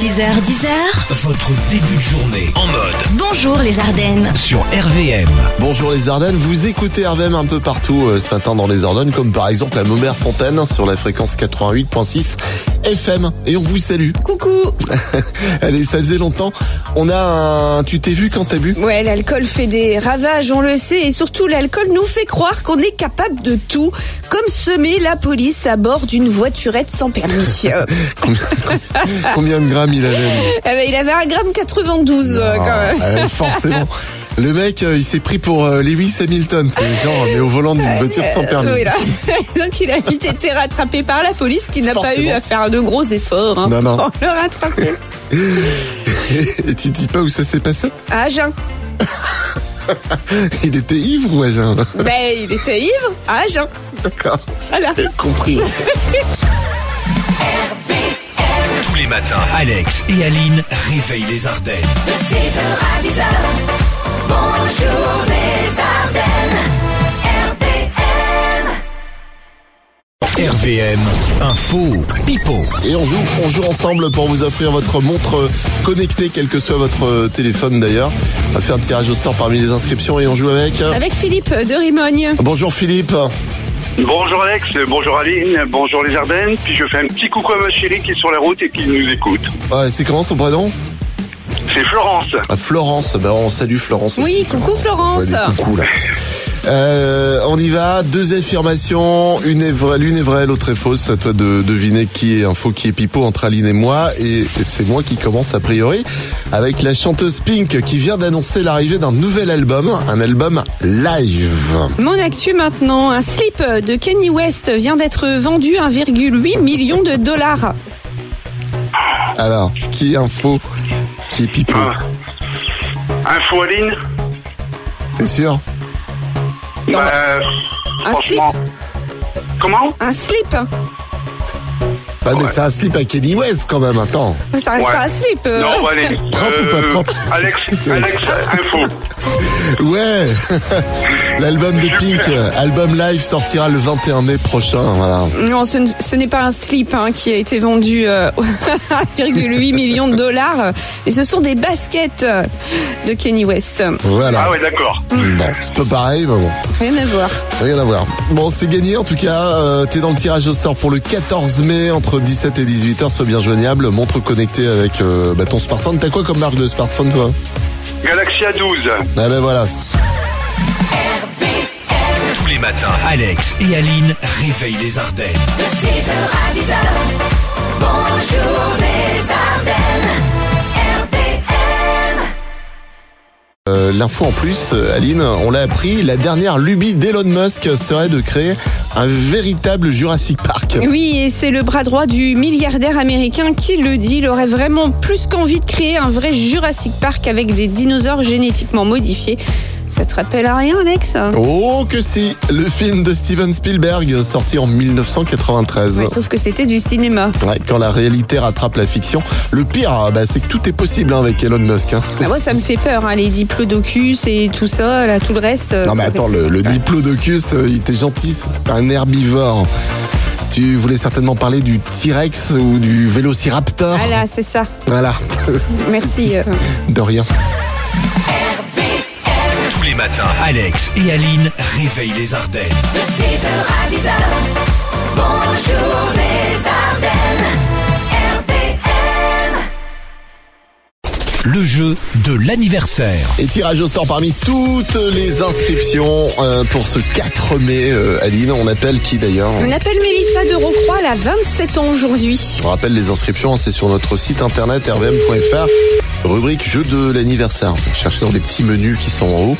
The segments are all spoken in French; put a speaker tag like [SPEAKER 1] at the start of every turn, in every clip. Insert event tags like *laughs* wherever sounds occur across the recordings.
[SPEAKER 1] 6h10h,
[SPEAKER 2] Votre début de journée en mode
[SPEAKER 1] bonjour les Ardennes.
[SPEAKER 2] sur RVM.
[SPEAKER 3] Bonjour les Ardennes, vous écoutez RVM un peu partout euh, ce matin dans les Ardennes, comme par exemple à Momère-Fontaine sur la fréquence 88.6 FM. Et on vous salue. *laughs*
[SPEAKER 4] Coucou
[SPEAKER 3] Allez, ça faisait longtemps. On a un... Tu t'es vu quand t'as
[SPEAKER 4] *laughs*
[SPEAKER 3] bu
[SPEAKER 4] Ouais, l'alcool fait des ravages, on le sait, et surtout l'alcool nous fait croire qu'on est capable de tout, comme semer la police à bord d'une voiturette
[SPEAKER 3] *laughs*
[SPEAKER 4] sans permis. Euh,
[SPEAKER 3] Combien de grammes il avait
[SPEAKER 4] eh ben, il avait 1,92 euh, quand
[SPEAKER 3] Ah,
[SPEAKER 4] même.
[SPEAKER 3] euh, Forcément. Le mec, euh, il s'est pris pour euh, Lewis Hamilton. C'est genre, mais au volant d'une voiture sans permis.
[SPEAKER 4] Euh, oui, là. *laughs* Donc il a vite été rattrapé par la police qui n'a pas
[SPEAKER 3] Forcément.
[SPEAKER 4] eu à faire de gros efforts hein,
[SPEAKER 3] Non, non.
[SPEAKER 4] pour le rattraper.
[SPEAKER 3] *laughs* Et tu dis pas où ça s'est passé
[SPEAKER 4] À Agen.
[SPEAKER 3] Il était ivre ou à jeun
[SPEAKER 4] Ben, il était ivre à Agen.
[SPEAKER 3] D'accord,
[SPEAKER 4] Voilà.
[SPEAKER 3] compris.
[SPEAKER 2] Tous les matins, Alex et Aline réveillent les Ardennes. RVM, info, pipo.
[SPEAKER 3] Et on joue, on joue ensemble pour vous offrir votre montre connectée, quel que soit votre euh, téléphone d'ailleurs. On va faire un tirage au sort parmi les inscriptions et on joue avec.
[SPEAKER 4] Avec Philippe de Rimogne.
[SPEAKER 3] Bonjour Philippe.
[SPEAKER 5] Bonjour Alex, bonjour Aline, bonjour les Ardennes. Puis je fais un petit coucou à ma chérie qui est sur la route et qui nous écoute.
[SPEAKER 3] Ouais, c'est comment son prénom
[SPEAKER 5] C'est Florence.
[SPEAKER 3] Ah, Florence. Ben, on salue Florence. aussi.
[SPEAKER 4] Oui, coucou
[SPEAKER 3] Ouais,
[SPEAKER 4] Florence.
[SPEAKER 3] des coucous, là. Euh, on y va, deux affirmations, une est vraie, l'une est vraie, l'autre est fausse. À toi de deviner qui est un faux, qui est pipeau entre Aline et moi. Et c'est moi qui commence a priori avec la chanteuse Pink qui vient d'annoncer l'arrivée d'un nouvel album, un album live.
[SPEAKER 4] Mon actu maintenant, un slip de Kenny West vient d'être vendu 1,8 million de dollars.
[SPEAKER 3] Alors, qui est un faux Qui est pipeau
[SPEAKER 5] Ah. Info Aline
[SPEAKER 3] T'es sûr
[SPEAKER 5] Bah, euh,
[SPEAKER 4] Un
[SPEAKER 5] Franchement. Comment
[SPEAKER 4] Un slip
[SPEAKER 3] Bah, mais c'est un slip à Kenny West quand même, attends.
[SPEAKER 4] Ça reste
[SPEAKER 5] Ouais.
[SPEAKER 4] pas un slip euh.
[SPEAKER 5] Non, bah,
[SPEAKER 3] *laughs*
[SPEAKER 5] Aline.
[SPEAKER 3] Propre ou pas propre
[SPEAKER 5] Alex,
[SPEAKER 3] C'est-
[SPEAKER 5] Alex, euh, info.
[SPEAKER 3] Ouais *laughs* L'album de Pink, euh, album live, sortira le 21 mai prochain, voilà.
[SPEAKER 4] *laughs* Non, ce, n- ce n'est pas un slip hein, qui a été vendu euh, *laughs* 1,8 million de dollars, mais ce sont des baskets euh, de Kenny West.
[SPEAKER 3] Voilà.
[SPEAKER 5] Ah ouais, d'accord.
[SPEAKER 3] Bon, c'est pas pareil, mais bon,
[SPEAKER 4] Rien à voir.
[SPEAKER 3] rien à voir. Bon, c'est gagné en tout cas. euh, T'es dans le tirage au sort pour le 14 mai entre 17 et 18h. Sois bien joignable. Montre connectée avec euh, bah, ton smartphone. T'as quoi comme marque de smartphone, toi
[SPEAKER 5] Galaxia 12.
[SPEAKER 3] Ah ben voilà.
[SPEAKER 2] Tous les matins, Alex et Aline réveillent les Ardennes.
[SPEAKER 3] Euh, L'info en plus, euh, Aline, on l'a appris, la dernière lubie d'Elon Musk serait de créer un véritable Jurassic Park.
[SPEAKER 4] Oui, et c'est le bras droit du milliardaire américain qui le dit. Il aurait vraiment plus qu'envie de créer un vrai Jurassic Park avec des dinosaures génétiquement modifiés. Ça te rappelle à rien, Alex
[SPEAKER 3] Oh que si Le film de Steven Spielberg, sorti en 1993.
[SPEAKER 4] Ouais, Sauf que c'était du cinéma.
[SPEAKER 3] Ouais, quand la réalité rattrape la fiction. Le pire, ah, bah, c'est que tout est possible hein, avec Elon Musk. hein.
[SPEAKER 4] Ah, moi, ça me fait peur, hein, les diplodocus et tout ça, là, tout le reste. euh,
[SPEAKER 3] Non mais
[SPEAKER 4] ça
[SPEAKER 3] attends, le, le diplodocus, euh, il était gentil, c'est un herbivore. Tu voulais certainement parler du T-Rex ou du Vélociraptor.
[SPEAKER 4] fait- Ah là, c'est ça.
[SPEAKER 3] Voilà, *laughs*
[SPEAKER 4] Merci. euh.
[SPEAKER 3] de rien.
[SPEAKER 2] Tous les matins, Alex et Aline réveillent les Ardennes. Le jeu de l'anniversaire.
[SPEAKER 3] Et tirage au sort parmi toutes les inscriptions euh, pour ce 4 mai, euh, Aline. On appelle qui d'ailleurs
[SPEAKER 4] On appelle Mélissa de Rocroix, elle a 27 ans aujourd'hui.
[SPEAKER 3] On rappelle les inscriptions, hein, c'est sur notre site internet rvm.fr, rubrique jeu de l'anniversaire. Cherchez dans les petits menus qui sont en haut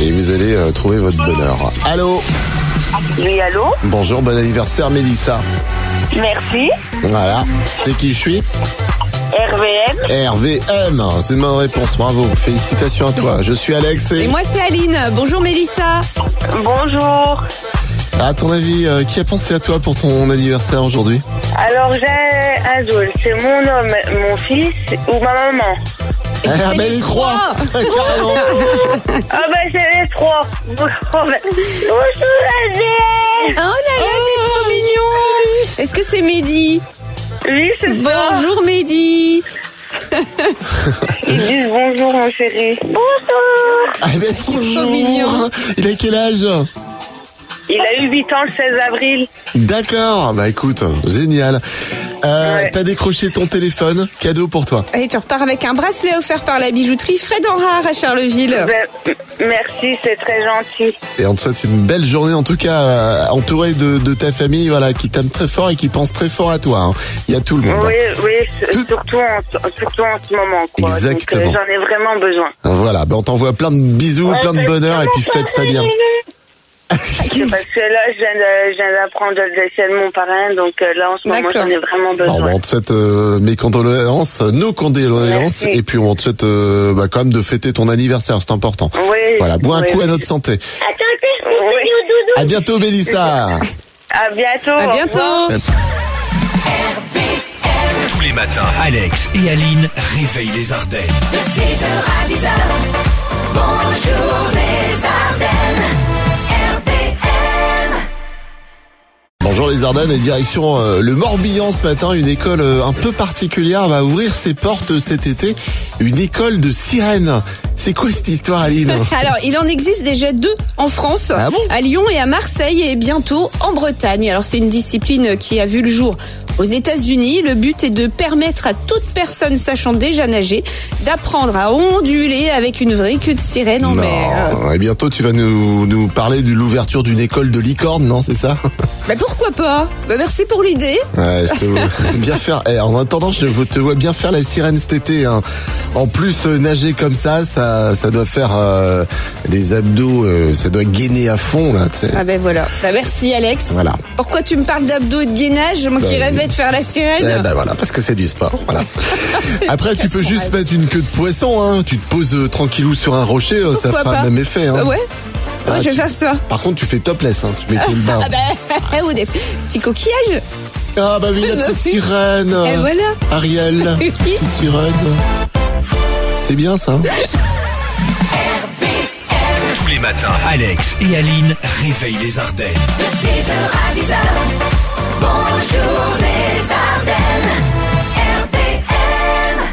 [SPEAKER 3] et vous allez euh, trouver votre bonheur. Allô
[SPEAKER 6] Oui, allô
[SPEAKER 3] Bonjour, bon anniversaire Mélissa.
[SPEAKER 6] Merci.
[SPEAKER 3] Voilà, c'est qui je suis
[SPEAKER 6] RVM.
[SPEAKER 3] RVM, c'est une bonne réponse, bravo, félicitations à toi. Je suis Alex
[SPEAKER 4] Et
[SPEAKER 3] et...
[SPEAKER 4] moi, c'est Aline. Bonjour, Mélissa.
[SPEAKER 6] Bonjour.
[SPEAKER 3] À ton avis, euh, qui a pensé à toi pour ton anniversaire aujourd'hui
[SPEAKER 6] Alors, j'ai Azul. C'est mon homme, mon fils ou ma maman
[SPEAKER 3] Eh ben,
[SPEAKER 4] les
[SPEAKER 3] les trois *laughs*
[SPEAKER 4] *laughs*
[SPEAKER 3] Carrément
[SPEAKER 6] Ah, bah, c'est les trois. Vous vous soulagez
[SPEAKER 4] Oh là là, c'est trop mignon. Est-ce que c'est Mehdi
[SPEAKER 6] Oui, c'est ça.
[SPEAKER 4] Bonjour Mehdi
[SPEAKER 6] Bonjour, mon chéri. Bonjour.
[SPEAKER 3] Ah, ben, bonjour.
[SPEAKER 4] mignon.
[SPEAKER 3] Il a quel âge
[SPEAKER 6] Il a eu 8 ans le 16 avril.
[SPEAKER 3] D'accord, bah écoute, génial. Euh,
[SPEAKER 6] Ouais.
[SPEAKER 3] T'as décroché ton téléphone, cadeau pour toi.
[SPEAKER 4] Allez, tu repars avec un bracelet offert par la bijouterie Fred Enrard à
[SPEAKER 3] Ah.
[SPEAKER 4] Charleville.
[SPEAKER 6] Ben, merci, c'est très gentil.
[SPEAKER 3] Et on te souhaite une belle journée, en tout cas, euh, entouré de, de ta famille, voilà, qui t'aime très fort et qui pense très fort à toi. hein. Il y a tout le monde.
[SPEAKER 6] Oui, oui, s-
[SPEAKER 3] Tout-
[SPEAKER 6] surtout en, surtout en ce moment, quoi.
[SPEAKER 3] Exactement.
[SPEAKER 6] Donc, euh, j'en ai vraiment besoin.
[SPEAKER 3] Voilà, bah on t'envoie plein de bisous, plein
[SPEAKER 6] bah,
[SPEAKER 3] de bonheur, et puis faites ça bien.
[SPEAKER 6] C'est Parce que là, je viens de- je viens d'apprendre le décès de mon parrain, donc euh, là, en ce moment,
[SPEAKER 4] D'accord.
[SPEAKER 6] j'en ai vraiment
[SPEAKER 3] Bon, bah,
[SPEAKER 6] besoin.
[SPEAKER 3] on te souhaite euh, mes condoléances, euh, nos condoléances,
[SPEAKER 6] Merci.
[SPEAKER 3] et puis on te souhaite euh, bah, quand même de fêter ton anniversaire, c'est important.
[SPEAKER 6] Oui.
[SPEAKER 3] Voilà, bois un
[SPEAKER 6] oui.
[SPEAKER 3] coup à notre santé.
[SPEAKER 6] Oui.
[SPEAKER 3] À bientôt,
[SPEAKER 6] *laughs*
[SPEAKER 3] Bélissa.
[SPEAKER 6] À bientôt.
[SPEAKER 4] À
[SPEAKER 6] au revoir.
[SPEAKER 4] bientôt.
[SPEAKER 2] Tous les matins, Alex et Aline réveillent les Ardennes.
[SPEAKER 1] De 6h à 10h, bonjour les Ardennes, RPM.
[SPEAKER 3] Bonjour les Ardennes et direction euh, le Morbihan ce matin. Une école euh, un peu particulière va ouvrir ses portes cet été. Une école de sirènes. C'est quoi cette histoire, *laughs* Aline
[SPEAKER 4] *laughs* Alors, il en existe déjà deux en France,
[SPEAKER 3] Ah bon
[SPEAKER 4] à Lyon et à Marseille, et bientôt en Bretagne. Alors, c'est une discipline qui a vu le jour aux États-Unis. Le but est de permettre à toute personne sachant déjà nager d'apprendre à onduler avec une vraie queue de sirène en mer.
[SPEAKER 3] et bientôt eh tu vas nous, nous parler de l'ouverture d'une école de licorne, non C'est ça
[SPEAKER 4] Mais pourquoi pas Bah, Merci pour l'idée.
[SPEAKER 3] Ouais, je te vois *laughs* bien faire. eh, en attendant, je te vois bien faire la sirène cet été. hein. En plus, euh, nager comme ça, ça, ça doit faire euh, des abdos, euh, ça doit gainer à fond là. tu sais.
[SPEAKER 4] Ah ben voilà. Bah, merci Alex.
[SPEAKER 3] Voilà.
[SPEAKER 4] Pourquoi tu me parles d'abdos et de gainage Moi qui
[SPEAKER 3] Bah,
[SPEAKER 4] rêvais de faire la sirène.
[SPEAKER 3] Eh ben voilà, parce que c'est du sport.
[SPEAKER 4] *laughs*
[SPEAKER 3] Voilà. Après, tu peux juste mettre une queue de poisson. Hein. Tu te poses euh, tranquillou sur un rocher, euh, ça
[SPEAKER 4] Pourquoi
[SPEAKER 3] fera
[SPEAKER 4] pas
[SPEAKER 3] le même effet. Hein.
[SPEAKER 4] Bah, ouais.
[SPEAKER 3] Ah,
[SPEAKER 4] Ouais, je vais
[SPEAKER 3] tu-
[SPEAKER 4] faire ça.
[SPEAKER 3] Par contre, tu fais topless. Hein. Tu mets
[SPEAKER 4] *laughs*
[SPEAKER 3] tes bains.
[SPEAKER 4] Ah bah, *laughs* ou des petits coquillages.
[SPEAKER 3] Ah bah oui, la
[SPEAKER 4] Bah
[SPEAKER 3] petite
[SPEAKER 4] oui.
[SPEAKER 3] sirène.
[SPEAKER 4] Et voilà.
[SPEAKER 3] Ariel,
[SPEAKER 4] *laughs* Oui.
[SPEAKER 3] petite sirène. C'est bien ça.
[SPEAKER 2] Tous les matins, Alex et Aline réveillent les Ardennes.
[SPEAKER 1] De 6h à 10h, bonjour les Ardennes, RPM.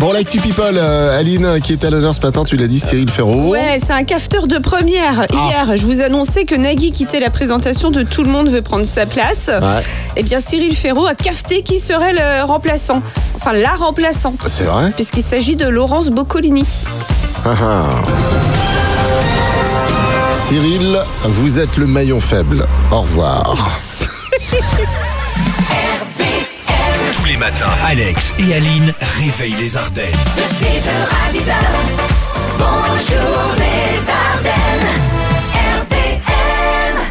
[SPEAKER 3] Bon, l'actu people, euh, Aline qui est à l'honneur ce matin, tu l'as dit, Cyril Ferraud.
[SPEAKER 4] Ouais, c'est un cafeteur de
[SPEAKER 3] Ah.
[SPEAKER 4] première. Hier, je vous annonçais que Nagui quittait la présentation de Tout le monde veut prendre sa place.
[SPEAKER 3] Ouais.
[SPEAKER 4] Eh bien, Cyril Ferraud a cafeté qui serait le remplaçant. Enfin, la remplaçante.
[SPEAKER 3] C'est vrai
[SPEAKER 4] Puisqu'il s'agit de Laurence Boccolini.
[SPEAKER 3] Ah, ah. Cyril, vous êtes le maillon faible. Au revoir.
[SPEAKER 2] Tous les matins, Alex et Aline réveillent les Ardennes.
[SPEAKER 1] De 6h à 10h, bonjour les Ardennes, RPM.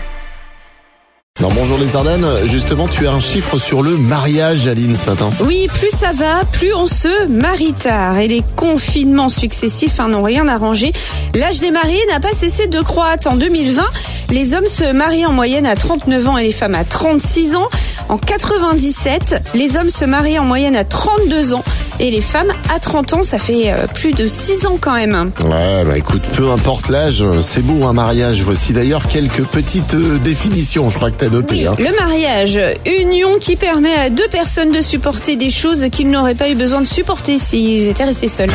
[SPEAKER 3] Non, bonjour les Ardennes. Justement, tu as un chiffre sur le mariage, Aline, ce matin.
[SPEAKER 4] Oui, plus ça va, plus on se marie tard. Et les confinements successifs hein, n'ont rien arrangé. L'âge des mariés n'a pas cessé de croître. En 2020, les hommes se marient en moyenne à 39 ans et les femmes à 36 ans. En 97, les hommes se marient en moyenne à 32 ans et les femmes à 30 ans. Ça fait euh, plus de 6 ans quand même.
[SPEAKER 3] Ouais, bah écoute, peu importe l'âge, c'est beau un mariage. Voici d'ailleurs quelques petites euh, définitions, je crois que t'as noté. hein.
[SPEAKER 4] Le mariage, union qui permet à deux personnes de supporter des choses qu'ils n'auraient pas eu besoin de supporter s'ils étaient restés seuls.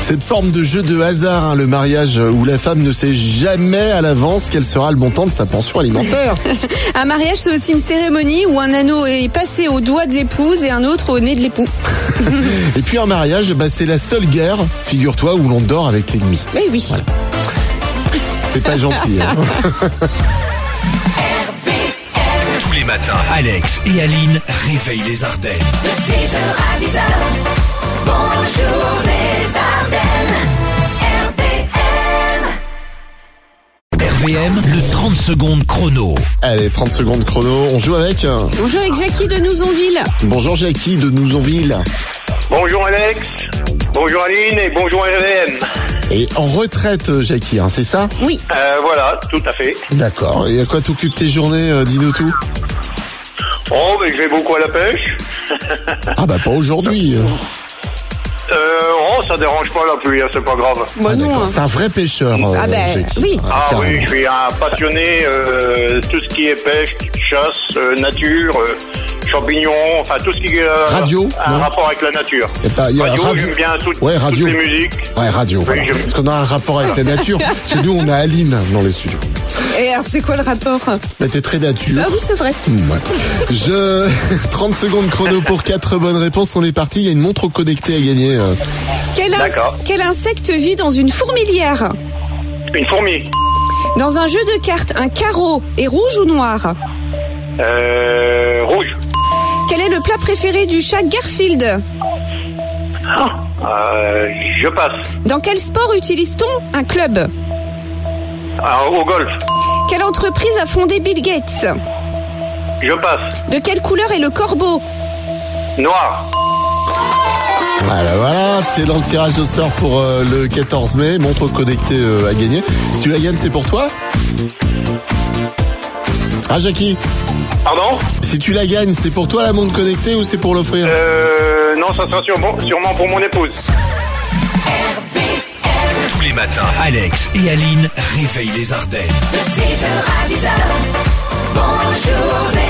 [SPEAKER 3] Cette forme de jeu de hasard, hein, le mariage où la femme ne sait jamais à l'avance quel sera le montant de sa pension alimentaire.
[SPEAKER 4] Un mariage, c'est aussi une cérémonie où un anneau est passé au doigt de l'épouse et un autre au nez de l'époux.
[SPEAKER 3] Et puis un mariage, bah, c'est la seule guerre, figure-toi, où l'on dort avec l'ennemi.
[SPEAKER 4] Mais oui.
[SPEAKER 3] C'est pas gentil. hein.
[SPEAKER 2] Tous les matins, Alex et Aline réveillent les Ardennes.
[SPEAKER 1] De 6h à 10h, bonjour les Ardennes, RPM.
[SPEAKER 2] RVM, le 30 secondes chrono.
[SPEAKER 3] Allez, 30 secondes chrono, on joue avec. euh,
[SPEAKER 4] Bonjour avec Jackie de Nouzonville.
[SPEAKER 3] Bonjour Jackie de Nouzonville.
[SPEAKER 5] Bonjour Alex, bonjour Aline et bonjour RVM.
[SPEAKER 3] Et en retraite, euh, Jackie, hein, c'est ça
[SPEAKER 4] Oui.
[SPEAKER 5] Euh, voilà, tout à fait.
[SPEAKER 3] D'accord. Et à quoi t'occupes tes journées, euh, dis-nous tout
[SPEAKER 5] Oh, mais je vais beaucoup à la pêche.
[SPEAKER 3] Ah bah pas aujourd'hui.
[SPEAKER 5] Euh, oh, ça dérange pas la pluie, hein, c'est pas grave.
[SPEAKER 4] Bon,
[SPEAKER 3] Ah,
[SPEAKER 4] non.
[SPEAKER 3] d'accord.
[SPEAKER 4] hein.
[SPEAKER 3] c'est un vrai pêcheur, euh,
[SPEAKER 4] Ah bah,
[SPEAKER 3] Jackie.
[SPEAKER 4] oui.
[SPEAKER 5] Ah
[SPEAKER 3] carrément.
[SPEAKER 5] oui, je suis un passionné, euh, tout ce qui est pêche, chasse, euh, nature. euh, je champignons, enfin tout ce qui euh,
[SPEAKER 3] Radio,
[SPEAKER 5] a un
[SPEAKER 3] non
[SPEAKER 5] rapport avec la nature.
[SPEAKER 3] Et pas- il y a
[SPEAKER 5] radio,
[SPEAKER 3] radio.
[SPEAKER 5] j'aime bien toutes,
[SPEAKER 3] Ouais, radio.
[SPEAKER 5] toutes les musiques.
[SPEAKER 3] Ouais, radio. voilà.
[SPEAKER 5] j'aime-
[SPEAKER 3] Parce qu'on a un rapport avec la
[SPEAKER 4] Ah.
[SPEAKER 3] nature. Parce que nous, on a Aline dans les studios.
[SPEAKER 4] Et alors, c'est quoi le rapport Ah
[SPEAKER 3] Mais t'es très nature.
[SPEAKER 4] oui, c'est vrai.
[SPEAKER 3] Mmh, ouais. Je *laughs* 30 secondes chrono pour quatre bonnes réponses. On est parti. Il y a une montre connectée à gagner. euh.
[SPEAKER 4] Quel, ins-
[SPEAKER 5] D'accord.
[SPEAKER 4] quel insecte vit dans une fourmilière
[SPEAKER 5] Une fourmi,
[SPEAKER 4] Dans un jeu de cartes, un carreau est rouge ou noir
[SPEAKER 5] euh, rouge,
[SPEAKER 4] Quel est le plat préféré du chat Garfield
[SPEAKER 5] euh, je passe.
[SPEAKER 4] Dans quel sport utilise-t-on un club
[SPEAKER 5] Ah, au golf,
[SPEAKER 4] Quelle entreprise a fondé Bill Gates
[SPEAKER 5] je passe.
[SPEAKER 4] De quelle couleur est le corbeau
[SPEAKER 5] Noir,
[SPEAKER 3] Ah bah voilà, tu es dans le tirage au sort pour euh, le 14 mai. Montre connectée euh, à gagner. Si tu la gagnes, c'est pour toi. Ah Jackie,
[SPEAKER 5] pardon
[SPEAKER 3] si tu la gagnes, c'est pour toi la montre connectée ou c'est pour l'offrir
[SPEAKER 5] euh, Non, ça sera sûrement, sûrement pour mon épouse.
[SPEAKER 2] Tous les matins, Alex et Aline réveillent les Ardennes.
[SPEAKER 1] De 6h à 10h, bonjour les